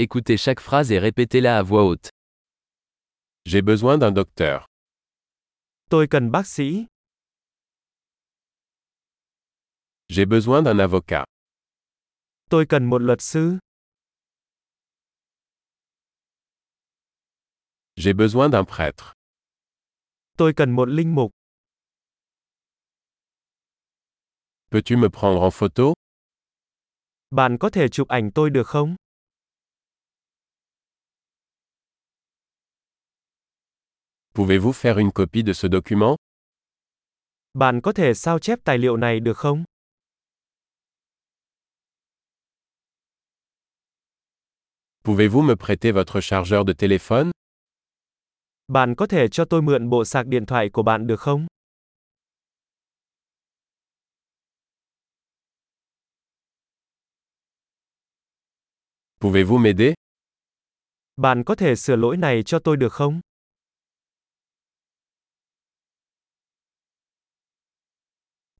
Écoutez chaque phrase et répétez-la à voix haute. J'ai besoin d'un docteur. Tôi cần bác sĩ, J'ai besoin d'un avocat. tôi cần một luật sư, J'ai besoin d'un prêtre. tôi cần một linh mục, Peux-tu me prendre en photo bạn có thể chụp ảnh tôi được không? Pouvez-vous faire une copie de ce document Bạn có thể sao chép tài liệu này được không? Pouvez-vous me prêter votre chargeur de téléphone Bạn có thể cho tôi mượn bộ sạc điện thoại của bạn được không? Pouvez-vous m'aider Bạn có thể sửa lỗi này cho tôi được không?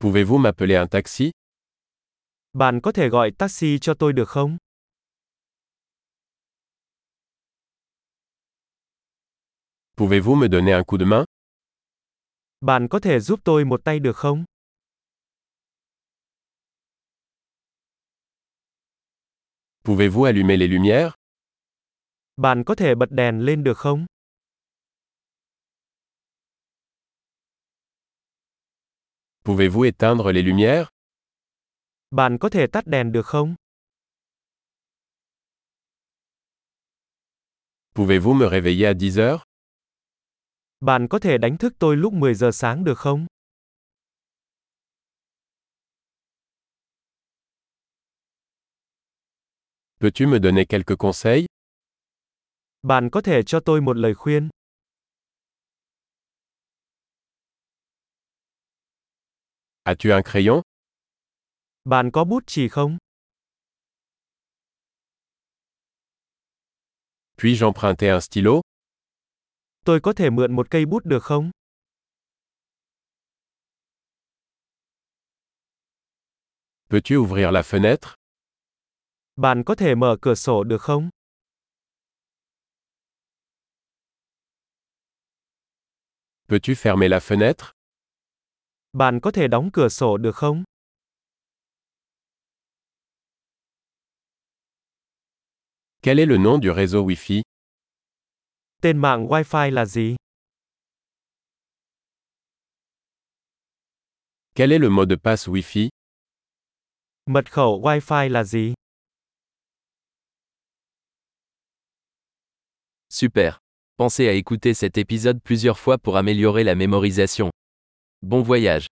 Pouvez-vous m'appeler un taxi Bạn có thể gọi taxi cho tôi được không? Pouvez-vous me donner un coup de main Bạn có thể giúp tôi một tay được không? Pouvez-vous allumer les lumières Bạn có thể bật đèn lên được không? Pouvez-vous éteindre les lumières Bạn có thể tắt đèn được không? Pouvez-vous me réveiller à 10 heures Bạn có thể đánh thức tôi lúc 10 giờ sáng được không? Peux-tu me donner quelques conseils Bạn có thể cho tôi một lời khuyên, As-tu un crayon bạn có bút chì không? Puis-je emprunter un stylo Tôi có thể mượn một cây bút được không? Peux-tu ouvrir la fenêtre Bạn có thể mở cửa sổ được không? Peux-tu fermer la fenêtre Bạn có thể đóng cửa sổ được không? Quel est le nom du réseau Wi-Fi Tên mạng Wi-Fi là gì? Quel est le mot de passe Wi-Fi Mật khẩu Wi-Fi là gì? Super. Pensez à écouter cet épisode plusieurs fois pour améliorer la mémorisation. Bon voyage.